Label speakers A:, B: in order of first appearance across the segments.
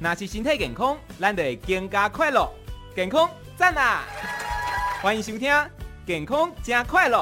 A: 若是身体健康，咱就会更加快乐。健康赞啦！欢迎收听《健康真快乐》。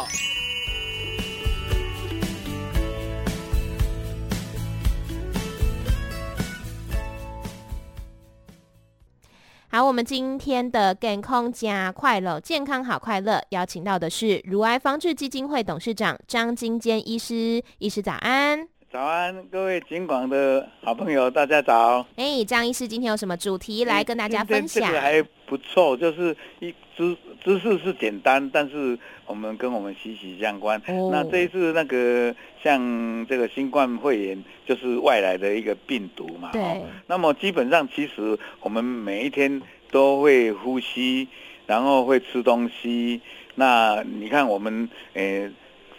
B: 好，我们今天的健康加快乐，健康好快乐，邀请到的是乳癌防治基金会董事长张金坚医师。医师早安。
C: 早安，各位景广的好朋友，大家早！
B: 哎，张医师今天有什么主题来跟大家分
C: 今
B: 享
C: 天这？个还不错，就是一知知识是简单，但是我们跟我们息息相关。
B: 哦
C: 那这一次那个像这个新冠肺炎，就是外来的一个病毒嘛。哦
B: 对。
C: 那么基本上，其实我们每一天都会呼吸，然后会吃东西。那你看我们诶、呃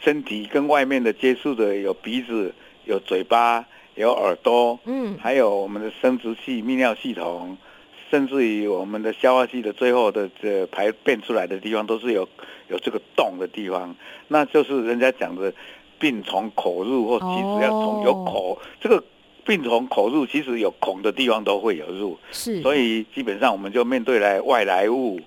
C: 身体跟外面的接触的有鼻子、有嘴巴、有耳朵，
B: 嗯，
C: 还有我们的生殖器、泌尿系统，甚至于我们的消化器的最后的这排便出来的地方，都是有有这个洞的地方，那就是人家讲的病从口入，或其实要从有口、这个。病从口入，其实有孔的地方都会有入，
B: 是，
C: 所以基本上我们就面对来外来物，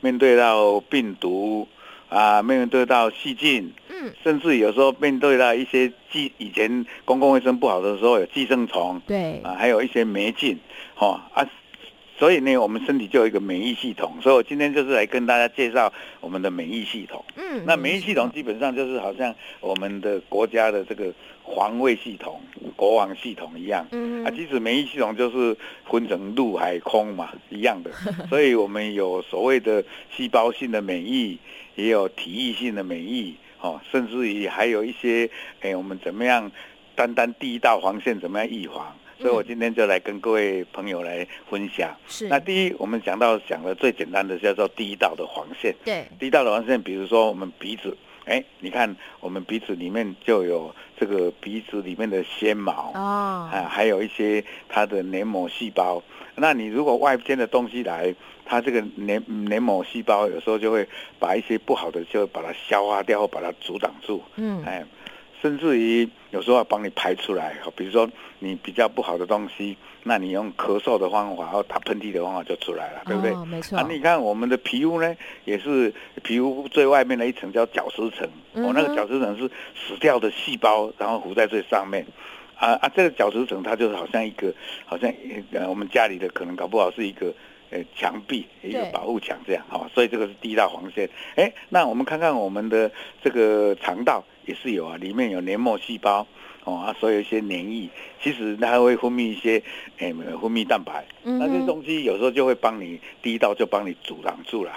C: 面对到病毒啊，面对到细菌，
B: 嗯，
C: 甚至有时候面对到一些寄以前公共卫生不好的时候有寄生虫，
B: 对，
C: 啊，还有一些霉菌，哦啊，所以呢，我们身体就有一个免疫系统，所以我今天就是来跟大家介绍我们的免疫系统。
B: 嗯，
C: 那免疫系统基本上就是好像我们的国家的这个防卫系统、国王系统一样。
B: 嗯
C: 啊，其实免疫系统就是分成陆、海、空嘛，一 样的。所以我们有所谓的细胞性的免疫，也有体液性的免疫，哦，甚至于还有一些，哎，我们怎么样单单第一道防线怎么样预防？
B: 嗯
C: 所以我今天就来跟各位朋友来分享。
B: 是，
C: 那第一，我们讲到讲的最简单的叫做第一道的防线。
B: 对，
C: 第一道的防线，比如说我们鼻子，哎，你看我们鼻子里面就有这个鼻子里面的纤毛。
B: 哦，
C: 啊，还有一些它的黏膜细胞。那你如果外边的东西来，它这个黏黏膜细胞有时候就会把一些不好的就把它消化掉，或把它阻挡住，
B: 嗯，
C: 哎，甚至于有时候要帮你排出来。哦比如说你比较不好的东西，那你用咳嗽的方法或打喷嚏的方法就出来了，对不对？
B: 哦，没错
C: 啊，，你看我们的皮肤呢，也是皮肤最外面的一层叫角质层，
B: 嗯
C: 哦、
B: 哼
C: 那个角质层是死掉的细胞，然后糊在最上面。啊啊，这个角质层它就是好像一个，好像呃我们家里的可能搞不好是一个呃墙壁，一个
B: 对
C: 保护墙这样，好、所以这个是第一道防线。哎，那我们看看我们的这个肠道也是有啊，里面有黏膜细胞。哦啊，所以有一些黏液，其实它会分泌一些，诶、分泌蛋白，
B: 嗯
C: 那这
B: 哼，
C: 东西有时候就会帮你第一道就帮你阻挡住了，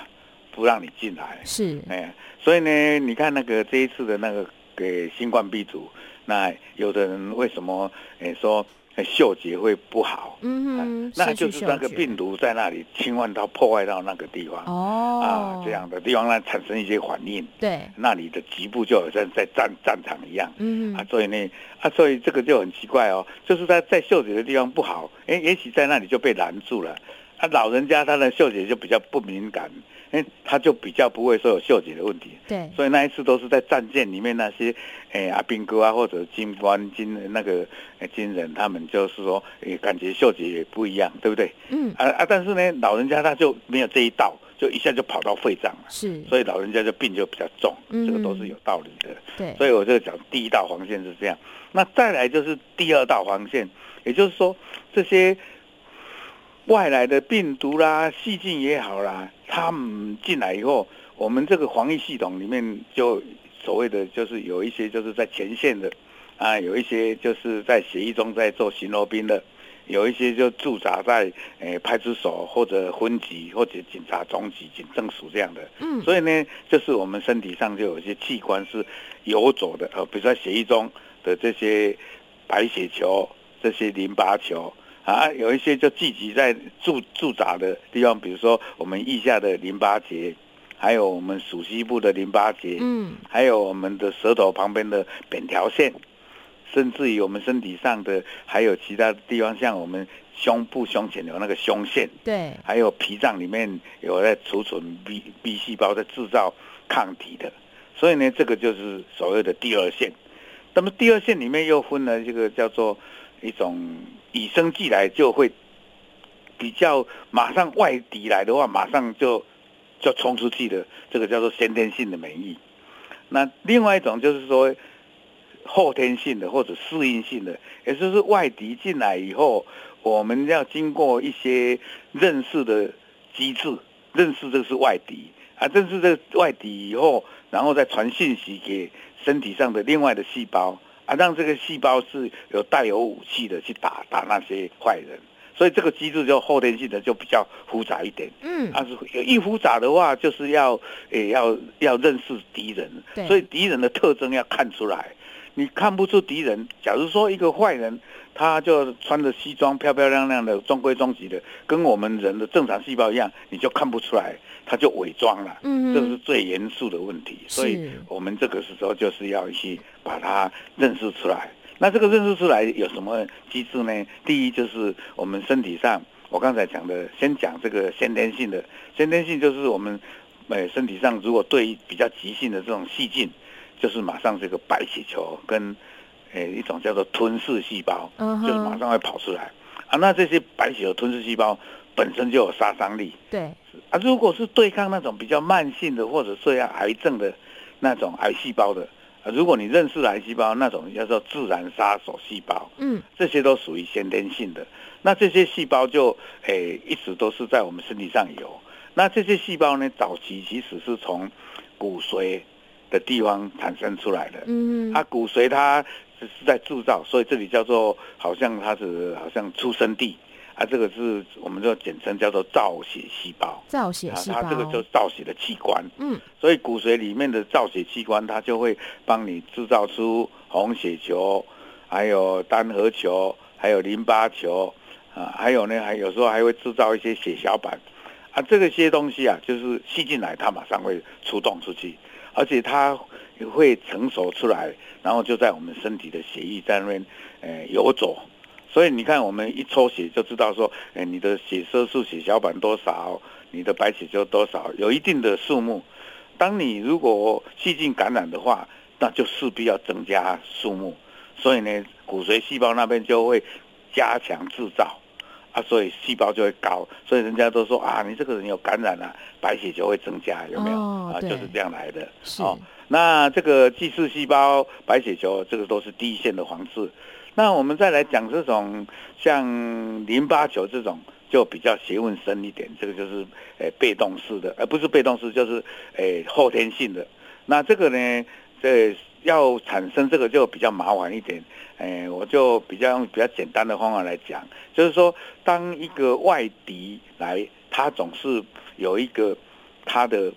C: 不让你进来。
B: 是，
C: 哎，所以呢，你看那个这一次的那个给新冠病毒，那有的人为什么哎说哎嗅觉会不好？
B: 嗯哼，
C: 那
B: 失
C: 就
B: 去
C: 是
B: 嗅
C: 那个
B: 觉
C: 病毒在那里侵犯到、破坏到那个地方、
B: 哦
C: 啊，，这样的地方呢产生一些反应，
B: 对，
C: 那你的局部就好像在战战场一样。
B: 嗯
C: 啊
B: 哼，，
C: 所以呢，啊，所以这个就很奇怪哦，就是他在嗅觉的地方不好，哎，也许在那里就被拦住了。啊，老人家他的嗅觉就比较不敏感，哎，他就比较不会说有嗅觉的问题。
B: 对，
C: 所以那一次都是在战舰里面那些，哎，阿兵哥啊，或者军官、军那个哎军人，他们就是说，哎，感觉嗅觉也不一样，对不对？
B: 嗯，
C: 啊啊，但是呢，老人家他就没有这一道，就一下就跑到肺脏了，
B: 是，
C: 所以老人家就病就比较重，这个都是
B: 嗯
C: 有道理的。
B: 对，
C: 所以我就讲第一道防线是这样，那再来就是第二道防线，也就是说这些外来的病毒啦、细菌也好啦，它们进来以后，我们这个防疫系统里面就所谓的就是有一些就是在前线的，啊，有一些就是在协议中在做巡逻兵的。有一些就驻扎在诶、呃派出所或者分局或者警察总局、警政署这样的，
B: 嗯，
C: 所以呢，就是我们身体上就有一些器官是游走的，呃，比如说血液中的这些白血球、这些淋巴球啊，有一些就聚集在驻驻扎的地方，比如说我们腋下的淋巴结，还有我们属膝部的淋巴结，
B: 嗯，
C: 还有我们的舌头旁边的扁条线，甚至于我们身体上的还有其他地方，像我们胸部、胸前有那个胸腺。
B: 对，
C: 还有脾脏里面有在储存 B B 细胞在制造抗体的，所以呢，这个就是所谓的第二线。那么第二线里面又分了这个叫做一种以生俱来就会比较马上外敌来的话，马上就就冲出去的，这个叫做先天性的免疫。那另外一种就是说后天性的或者适应性的，也就是外敌进来以后，我们要经过一些认识的机制，认识这是外敌啊，认识这个外敌以后，然后再传信息给身体上的另外的细胞啊，让这个细胞是有带有武器的去打打那些坏人。所以这个机制就后天性的就比较复杂一点。
B: 嗯，
C: 啊，有一复杂的话，就是要也要要认识敌人，
B: 对
C: 所以敌人的特征要看出来。你看不出敌人，假如说一个坏人，他就穿着西装漂漂亮亮的、中规中矩的，跟我们人的正常细胞一样，你就看不出来，他就伪装了。
B: 嗯
C: 这是最严肃的问题，所以我们这个时候就是要去把它认识出来。那这个认识出来有什么机制呢？第一就是我们身体上，我刚才讲的，先讲这个先天性的，先天性就是我们，呃，身体上如果对比较急性的这种细菌，就是马上这个白血球跟，呃，一种叫做吞噬细胞，
B: 嗯
C: 就是马
B: 哼，
C: 上会跑出来啊。那这些白血球吞噬细胞本身就有杀伤力，
B: 对，
C: 啊，如果是对抗那种比较慢性的，或者说要癌症的那种癌细胞的，啊，如果你认识癌细胞，那种叫做自然杀手细胞，
B: 嗯
C: 这些都属于先天性的。那这些细胞就诶、一直都是在我们身体上有。那这些细胞呢，早期其实是从骨髓的地方产生出来的。
B: 嗯，
C: 它骨髓它是在铸造，所以这里叫做好像它是好像出生地啊，这个是我们就简称叫做造血细胞
B: 造血细
C: 啊它
B: 胞，
C: 这个就是造血的器官，
B: 嗯
C: 所以骨髓里面的造血器官它就会帮你制造出红血球，还有单核球，还有淋巴球啊，还有呢还有时候还会制造一些血小板啊，这个些东西啊，就是吸进来它马上会出动出去，而且它会成熟出来，然后就在我们身体的血液在那边呃游走。所以你看，我们一抽血就知道说，哎，你的血色素、血小板多少，你的白血球多少，有一定的数目。当你如果细菌感染的话，那就势必要增加数目。所以呢，骨髓细胞那边就会加强制造啊，所以细胞就会高。所以人家都说啊，你这个人有感染啊，白血球会增加，有没有？
B: 哦
C: 啊，
B: 对
C: 就是这样啊来的。
B: 是
C: 那这个巨噬细胞、白血球，这个都是第一线的防治。那我们再来讲这种像淋巴球这种，就比较学问深一点，这个就是呃被动式的，而、不是被动式，就是呃后天性的。那这个呢，这要产生这个就比较麻烦一点，哎、我就比较用比较简单的方法来讲，就是说，当一个外敌来，它总是有一个它的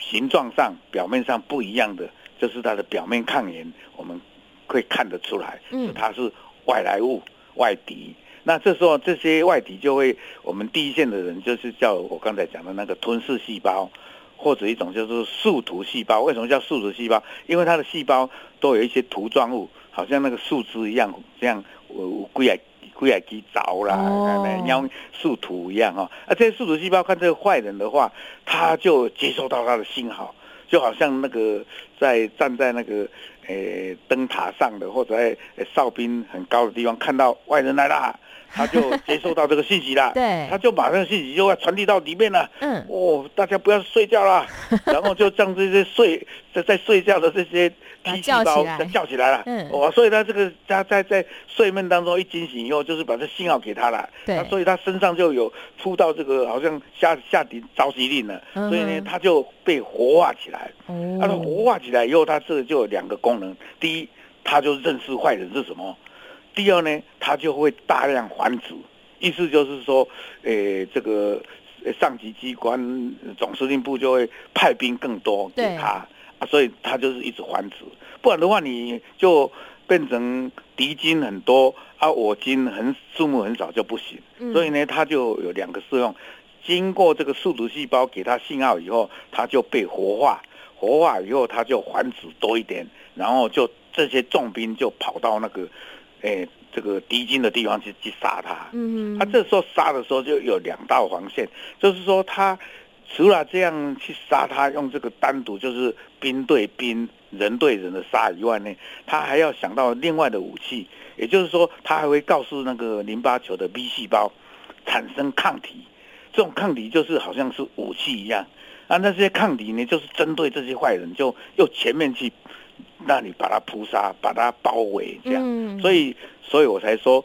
C: 形状上、表面上不一样的，就是它的表面抗原，我们会看得出来，
B: 嗯
C: 它是外来物、外敌。那这时候这些外敌就会，我们第一线的人就是叫我刚才讲的那个吞噬细胞，或者一种就是树突细胞。为什么叫树突细胞？因为它的细胞都有一些涂状物，好像那个树枝一样，这样我龟来龟来鸡凿啦，
B: 哦
C: 哎像树突一样哈、哦。啊，这些树突细胞看这个坏人的话，它就接收到他的信号，就好像那个在站在那个诶灯塔上的，或者在呃哨兵很高的地方看到外人 来啦，他就接收到这个信息啦，
B: 对
C: 他就马上信息就要传递到里面了。
B: 嗯
C: 哦，大家不要睡 觉啦，然后就让这些睡在在睡觉的这些
B: 把它
C: T 细
B: 叫
C: 胞
B: 起来
C: 它叫起来了。
B: 嗯
C: 哇，所以他这个他在在睡梦当中一惊醒以后，就是把这信号给他了。
B: 对
C: 他所以他身上就有出到这个好像下下底召集令了，
B: 嗯哼
C: 所以呢，他就被活化起来。
B: 哦，
C: 它的活化起来以后，它这个就有两个功能：第一，它就认识坏人是什么；第二呢，它就会大量繁殖。意思就是说，诶、这个呃上级机关呃总司令部就会派兵更多
B: 对
C: 给他，啊，所以它就是一直繁殖。不然的话，你就变成敌军很多啊，我军很数目很少就不行。
B: 嗯
C: 所以呢，它就有两个适用。经过这个宿主细胞给它信号以后，它就被活化，活化以后它就繁殖多一点，然后就这些重兵就跑到那个，诶、这个敌军的地方去去杀它。
B: 嗯，
C: 他这时候杀的时候就有两道防线，就是说他除了这样去杀他，用这个单独就是兵对兵、人对人的杀以外呢，他还要想到另外的武器，也就是说他还会告诉那个淋巴球的 B 细胞，产生抗体，这种抗体就是好像是武器一样啊。那这些抗体呢，就是针对这些坏人，就又前面去那里把他扑杀，把他包围这样。
B: 嗯，
C: 所
B: 以
C: 以，所以我才说，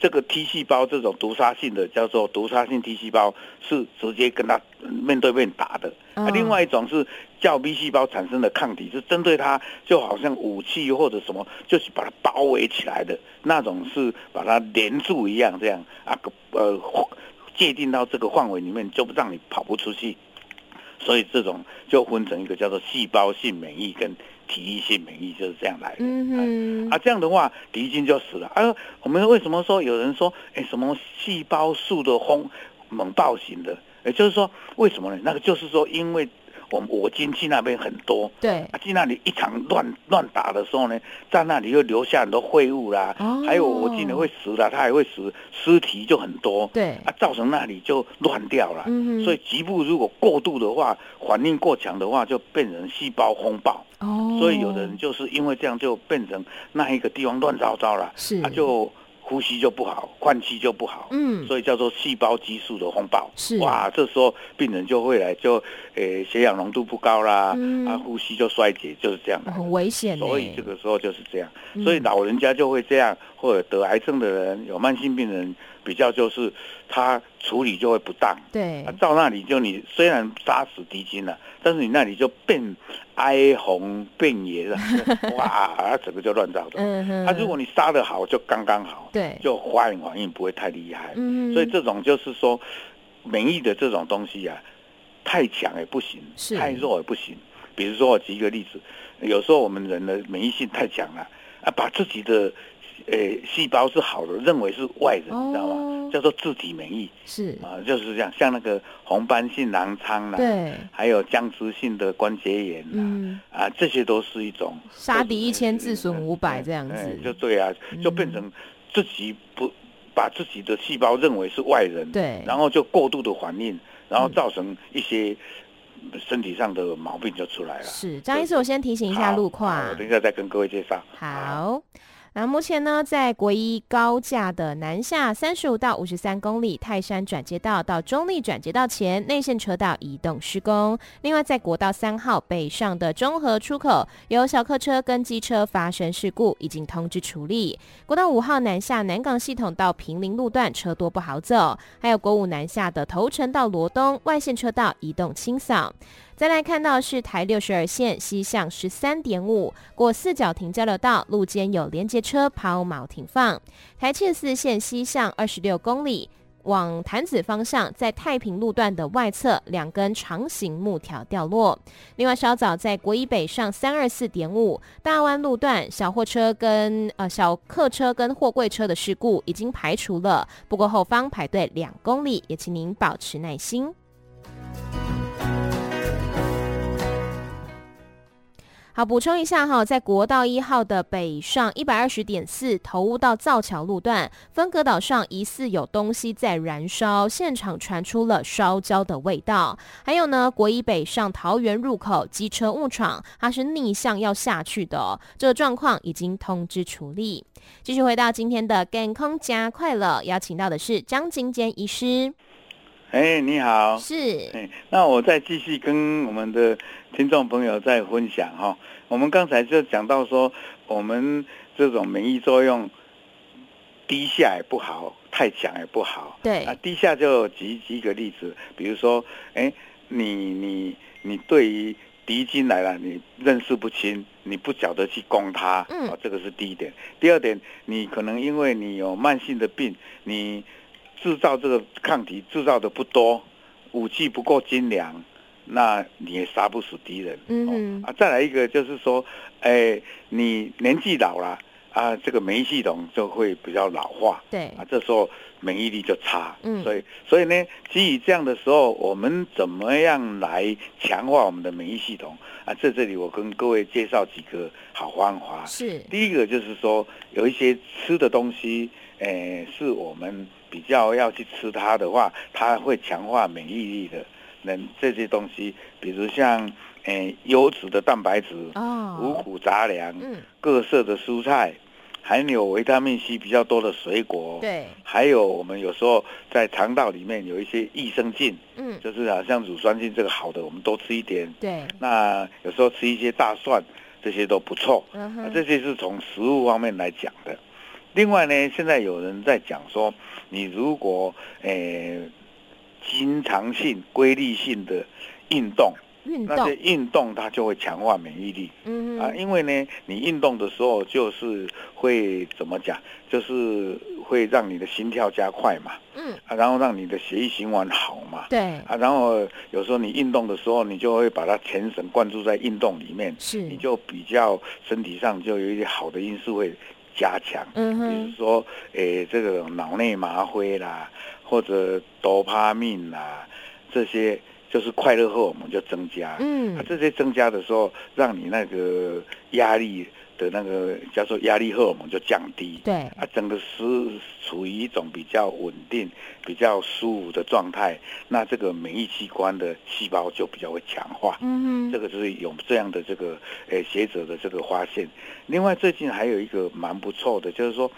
C: 这个 T 细胞这种毒杀性的叫做毒杀性 T 细胞，是直接跟它面对面打的。
B: 嗯
C: 啊，另外一种是叫 B 细胞产生的抗体，是针对它，就好像武器或者什么，就是把它包围起来的那种，是把它连住一样这样啊，呃，界定到这个范围里面，就不让你跑不出去。所以这种就分成一个叫做细胞性免疫跟体液性免疫，就是这样来的。
B: 嗯哼，
C: 啊，这样的话，敌军就死了。啊，我们为什么说有人说，哎，什么细胞素的轰猛暴型的？也就是说，为什么呢？那个就是说，因为我们我军去那边很多，
B: 对，
C: 啊，去那里一场乱乱打的时候呢，在那里又留下很多废物啦，
B: 哦
C: 啊还有我军人会死啦，他还会死，尸体就很多，
B: 对，
C: 啊，造成那里就乱掉了。
B: 嗯哼，
C: 所
B: 以
C: 以局部如果过度的话，反应过强的话，就变成细胞风暴。
B: 哦，
C: 所以有的人就是因为这样就变成那一个地方乱糟糟了，
B: 是
C: 他、就呼吸就不好，换气就不好，
B: 嗯
C: 所以叫做细胞激素的风暴。
B: 是
C: 哇，这时候病人就会来就，呃，血氧浓度不高啦，
B: 嗯哦
C: 啊，呼吸就衰竭，就是这样来的。
B: 很危险呢，
C: 所以这个时候就是这样，
B: 嗯
C: 所以老人家就会这样，或者得癌症的人、有慢性病的人，比较就是他处理就会不当，
B: 对
C: 啊，到那里就你虽然杀死敌军了，但是你那里就变哀鸿遍野 了，哇，啊整个就乱糟的。
B: 嗯哼，
C: 啊，如果你杀得好，就刚刚好，
B: 对，
C: 就发炎反应不会太厉害。
B: 嗯哼，
C: 所以这种就是说，免疫的这种东西啊，太强也不行
B: 是，
C: 太弱也不行。比如说，我举一个例子，有时候我们人的免疫性太强了，啊，把自己的呃细胞是好的，认为是外人，你知道
B: 哦
C: 吗？叫做自体免疫。
B: 是，
C: 啊，就是这样，像那个红斑性狼疮啦，
B: 对，
C: 还有僵直性的关节炎啦，
B: 嗯，
C: 啊，这些都是一种
B: 杀敌一千
C: 嗯
B: 自损
C: 嗯
B: 五百
C: 嗯
B: 这样子
C: 嗯就对啊，就变
B: 嗯
C: 成自己不把自己的细胞认为是外人，，
B: 对，
C: 然
B: 后
C: 后就过度的反应，然后
B: 嗯
C: 造成一些身体上的毛病就出来了。
B: 是张医师，我先提醒一下
C: 好
B: 路况
C: 好我。等一下再跟各位介绍。
B: 好，那目前呢，在国一高架的南下三十五到五十三公里泰山转接道到中立转接道前内线车道移动施工，另外在国道三号北上的中和出口有小客车跟机车发生事故，已经通知处理。国道五号南下南港系统到平林路段车多不好走，还有国五南下的头城到罗东外线车道移动清扫。再来看到是台六十二线西向十三点五过四角亭交流道路肩有连接车抛锚停放，台七四线西向二十六公里。往潭子方向，在太平路段的外侧，两根长形木条掉落。另外，稍早在国一北上三二四点五大湾路段，小货车跟呃小客车跟货柜车的事故已经排除了，不过后方排队两公里，也请您保持耐心。好，补充一下哈，在国道一号的北上一百二十点四头屋到造桥路段，分隔岛上疑似有东西在燃烧，现场传出了烧焦的味道。还有呢，国一北上桃园入口机车误闯，它是逆向要下去的、哦，这个状况已经通知处理。继续回到今天的健康加快乐，邀请到的是张金坚医师，
C: 哎，你好，
B: 是
C: 哎，那我再继续跟我们的听众朋友再分享哈、我们刚才就讲到说，我们这种免疫作用低下也不好，太强也不好。
B: 对
C: 啊，低下就有举几个例子，比如说，哎，你你你对于敌军来了，你认识不清，你不晓得去攻他，
B: 嗯
C: 哦，这个是第一点。第二点，你可能因为你有慢性的病，你制造这个抗体制造的不多，武器不够精良，那你也杀不死敌人。
B: 嗯哼
C: 哦、啊，再来一个就是说，哎，你年纪老了啊，这个免疫系统就会比较老化。
B: 对
C: 啊，这时候免疫力就差，
B: 嗯
C: 所以所以呢，基于这样的时候，我们怎么样来强化我们的免疫系统啊？在这里我跟各位介绍几个好方法。
B: 是
C: 第一个就是说，有一些吃的东西，诶、是我们比较要去吃它的话，它会强化免疫力的。那这些东西，比如像诶、优质的蛋白质、五
B: 哦，
C: 谷杂粮、
B: 嗯
C: 各色的蔬菜，含有维他命 C 比较多的水果，
B: 对，
C: 还有我们有时候在肠道里面有一些益生菌，
B: 嗯，
C: 就是好像乳酸菌这个好的，我们多吃一点。
B: 对，
C: 那有时候吃一些大蒜，这些都不错。
B: 嗯
C: 啊
B: 哼，
C: 这些是从食物方面来讲的。另外呢，现在有人在讲说，你如果诶、呃经常性、规律性的运动，
B: 运
C: 那些
B: 动，
C: 运动它就会强化免疫力。
B: 嗯
C: 啊，
B: 哼，
C: 因为呢，你运动的时候就是会怎么讲，就是会让你的心跳加快嘛，
B: 嗯，
C: 啊，然后让你的血液循环好嘛，
B: 对，
C: 啊，然后有时候你运动的时候，你就会把它全神贯注在运动里面，
B: 是
C: 你，就比较身体上就有一些好的因素会加强，
B: 嗯
C: 比如
B: 哼，
C: 说，诶，这个脑内麻灰啦，或者多巴胺啦，这些就是快乐荷尔蒙就增加，啊
B: 嗯，
C: 这些增加的时候，让你那个压力的那个叫做压力荷尔蒙就降低，
B: 对，
C: 啊，整个是处于一种比较稳定、比较舒服的状态，那这个免疫器官的细胞就比较会强化。
B: 嗯
C: 这
B: 哼，
C: 个就是有这样的这个诶学者的这个发现。另外，最近还有一个蛮不错的，就是说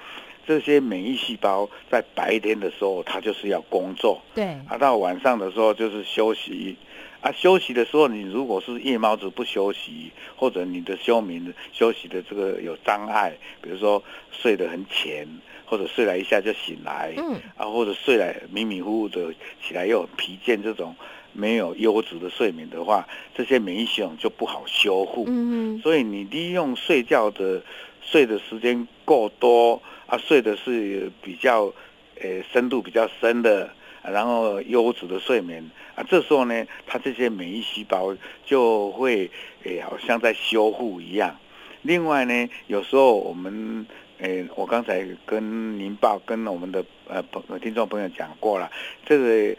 C: 这些免疫细胞在白天的时候，它就是要工作，
B: 对，
C: 啊，到晚上的时候就是休息。啊，休息的时候，你如果是夜猫子不休息，或者你的休眠休息的这个有障碍，比如说睡得很浅，或者睡来一下就醒来，
B: 嗯，
C: 啊，或者睡来迷迷糊糊的起来又很疲倦，这种没有优质的睡眠的话，这些免疫系统就不好修复。
B: 嗯哼，
C: 所以你利用睡觉的睡的时间够多啊，睡的是比较呃深度比较深的，啊然后优质的睡眠啊，这时候呢，它这些免疫细胞就会诶、好像在修复一样。另外呢，有时候我们诶、我刚才跟您报跟我们的呃朋听众朋友讲过了，这个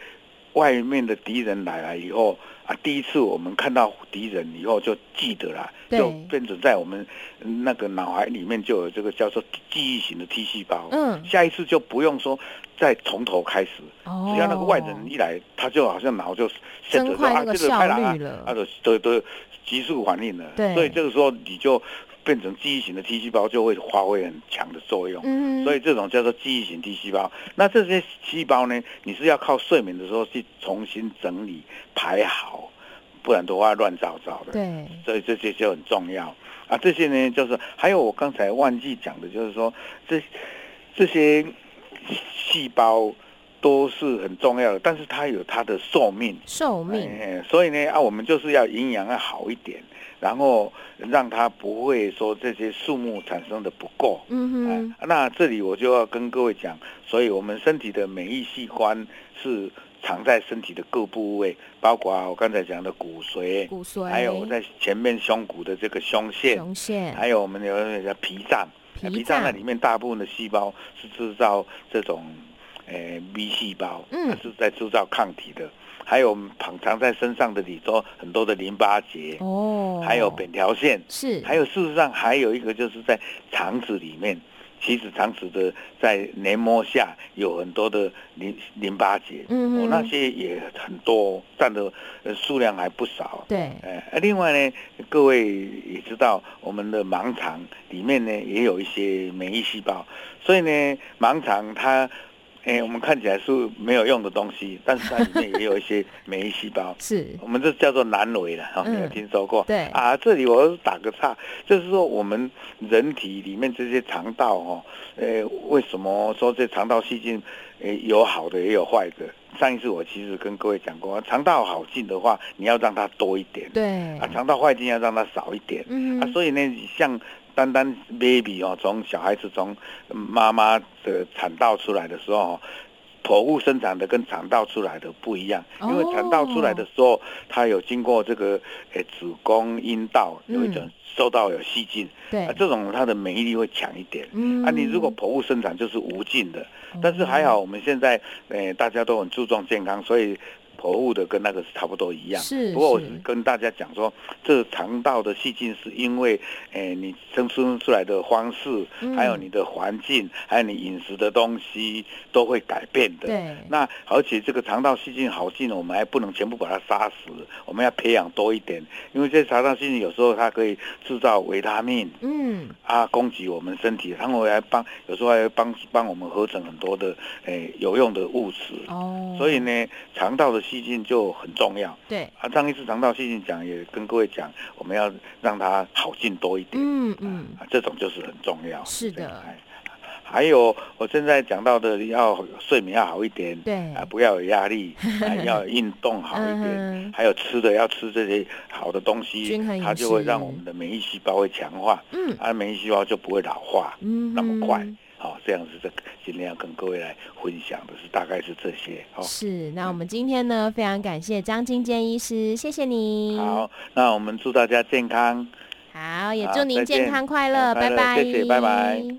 C: 外面的敌人来了以后啊，第一次我们看到敌人以后就记得了，
B: 对
C: 就变成在我们嗯那个脑海里面就有这个叫做记忆型的 T 细胞。
B: 嗯，
C: 下一次就不用说再从头开始，
B: 哦，
C: 只要那个外人一来，他就好像脑就 set
B: 增
C: 着
B: 快
C: 说
B: 那
C: 啊，
B: 个
C: 这个派
B: 效
C: 啊
B: 率，了
C: 啊，，都都都急速反应了。
B: 嗯对
C: 所以这个时候你就变成记忆型的 T 细胞就会发挥很强的作用。
B: 嗯哼，
C: 所以这种叫做记忆型 T 细胞。那这些细胞呢，你是要靠睡眠的时候去重新整理排好，不然的话乱糟糟的。
B: 对，
C: 所以这些就很重要啊。这些呢，就是还有我刚才忘记讲的，就是说这这些细胞都是很重要的，但是它有它的寿命。
B: 寿命，
C: 哎，所以呢，啊，我们就是要营养要好一点，然后让它不会说这些数目产生的不够。
B: 嗯哼，
C: 哎那这里我就要跟各位讲，所以我们身体的免疫器官是藏在身体的各部位，包括我刚才讲的骨髓，
B: 骨髓，
C: 还有我在前面胸骨的这个胸腺，
B: 胸腺、
C: 还有我们有那个脾脏，哎
B: 脾
C: 脾
B: 脏
C: 脏那里面大部分的细胞是制造这种呃 B 细胞，
B: 嗯
C: 它是在制造抗体的。还有我们旁藏在身上的里头很多的淋巴结，
B: 哦，
C: 啊还有扁条腺，
B: 是，
C: 还有事实上还有一个就是在肠子里面，其实肠子的在黏膜下有很多的淋淋巴结，
B: 嗯哼
C: 哦，那些也很多，占的呃数量还不少。
B: 对，
C: 呃，啊另外呢，各位也知道，我们的盲肠里面呢也有一些免疫细胞，所以呢，盲肠它，哎，我们看起来是没有用的东西，但是它里面也有一些免疫细胞，
B: 是，
C: 我们这叫做阑尾了，哈、
B: 嗯
C: 没有听说过？
B: 对
C: 啊，这里我打个岔，就是说我们人体里面这些肠道哦，呃，为什么说这肠道细菌，呃，有好的也有坏的？上一次我其实跟各位讲过，肠道好菌的话，你要让它多一点。
B: 对
C: 啊，，肠道坏菌要让它少一点。
B: 嗯
C: 啊，
B: 哼，
C: 所以呢，像单单 baby 哦，从小孩子从妈妈的产道出来的时候哦，剖腹生产的跟产道出来的不一样，
B: 哦
C: 因为产道出来的时候，它有经过这个诶子宫、阴道有一种
B: 嗯
C: 受到有细菌，
B: 对
C: 啊，，这种它的免疫力会强一点。
B: 嗯哦
C: 啊，你如果剖腹生产就是无菌的，但是还好，我们现在呃大家都很注重健康，所以剖口服的跟那个是差不多一样。
B: 是
C: 不过我
B: 是
C: 只是跟大家讲说，这肠道的细菌是因为，诶、你生出出来的方式，
B: 嗯
C: 还有你的环境，还有你饮食的东西都会改变的。
B: 对，
C: 那而且这个肠道细菌好菌，我们还不能全部把它杀死，我们要培养多一点，因为这肠道细菌有时候它可以制造维他命
B: 嗯，
C: 啊，供给我们身体，然后还帮有时候还会帮帮我们合成很多的诶、有用的物质。
B: 哦，
C: 所以呢，肠道的细菌就很重要
B: 对，
C: 啊。上一次肠道细菌讲也跟各位讲，我们要让它好菌多一点，
B: 嗯嗯，
C: 啊，这种就是很重要。
B: 是的
C: 对哎还有我现在讲到的，要睡眠要好一点，
B: 对，
C: 啊，不要有压力， 啊，要运动好一点，
B: 嗯哼，
C: 还有吃的要吃这些好的东西
B: 均衡饮，食
C: 它就会让我们的免疫细胞会强化，
B: 嗯
C: 啊，免疫细胞就不会老化。
B: 嗯，
C: 那么快。好、这样是这个今天要跟各位来分享的是大概是这些哦。
B: 是，那我们今天呢，非常感谢张金坚医师，谢谢您。，
C: 好，那我们祝大家健康。
B: 好，也
C: 好
B: 祝您
C: 再
B: 健
C: 见
B: 康快乐，
C: 健康快
B: 拜
C: 乐
B: 拜。
C: 谢谢拜拜。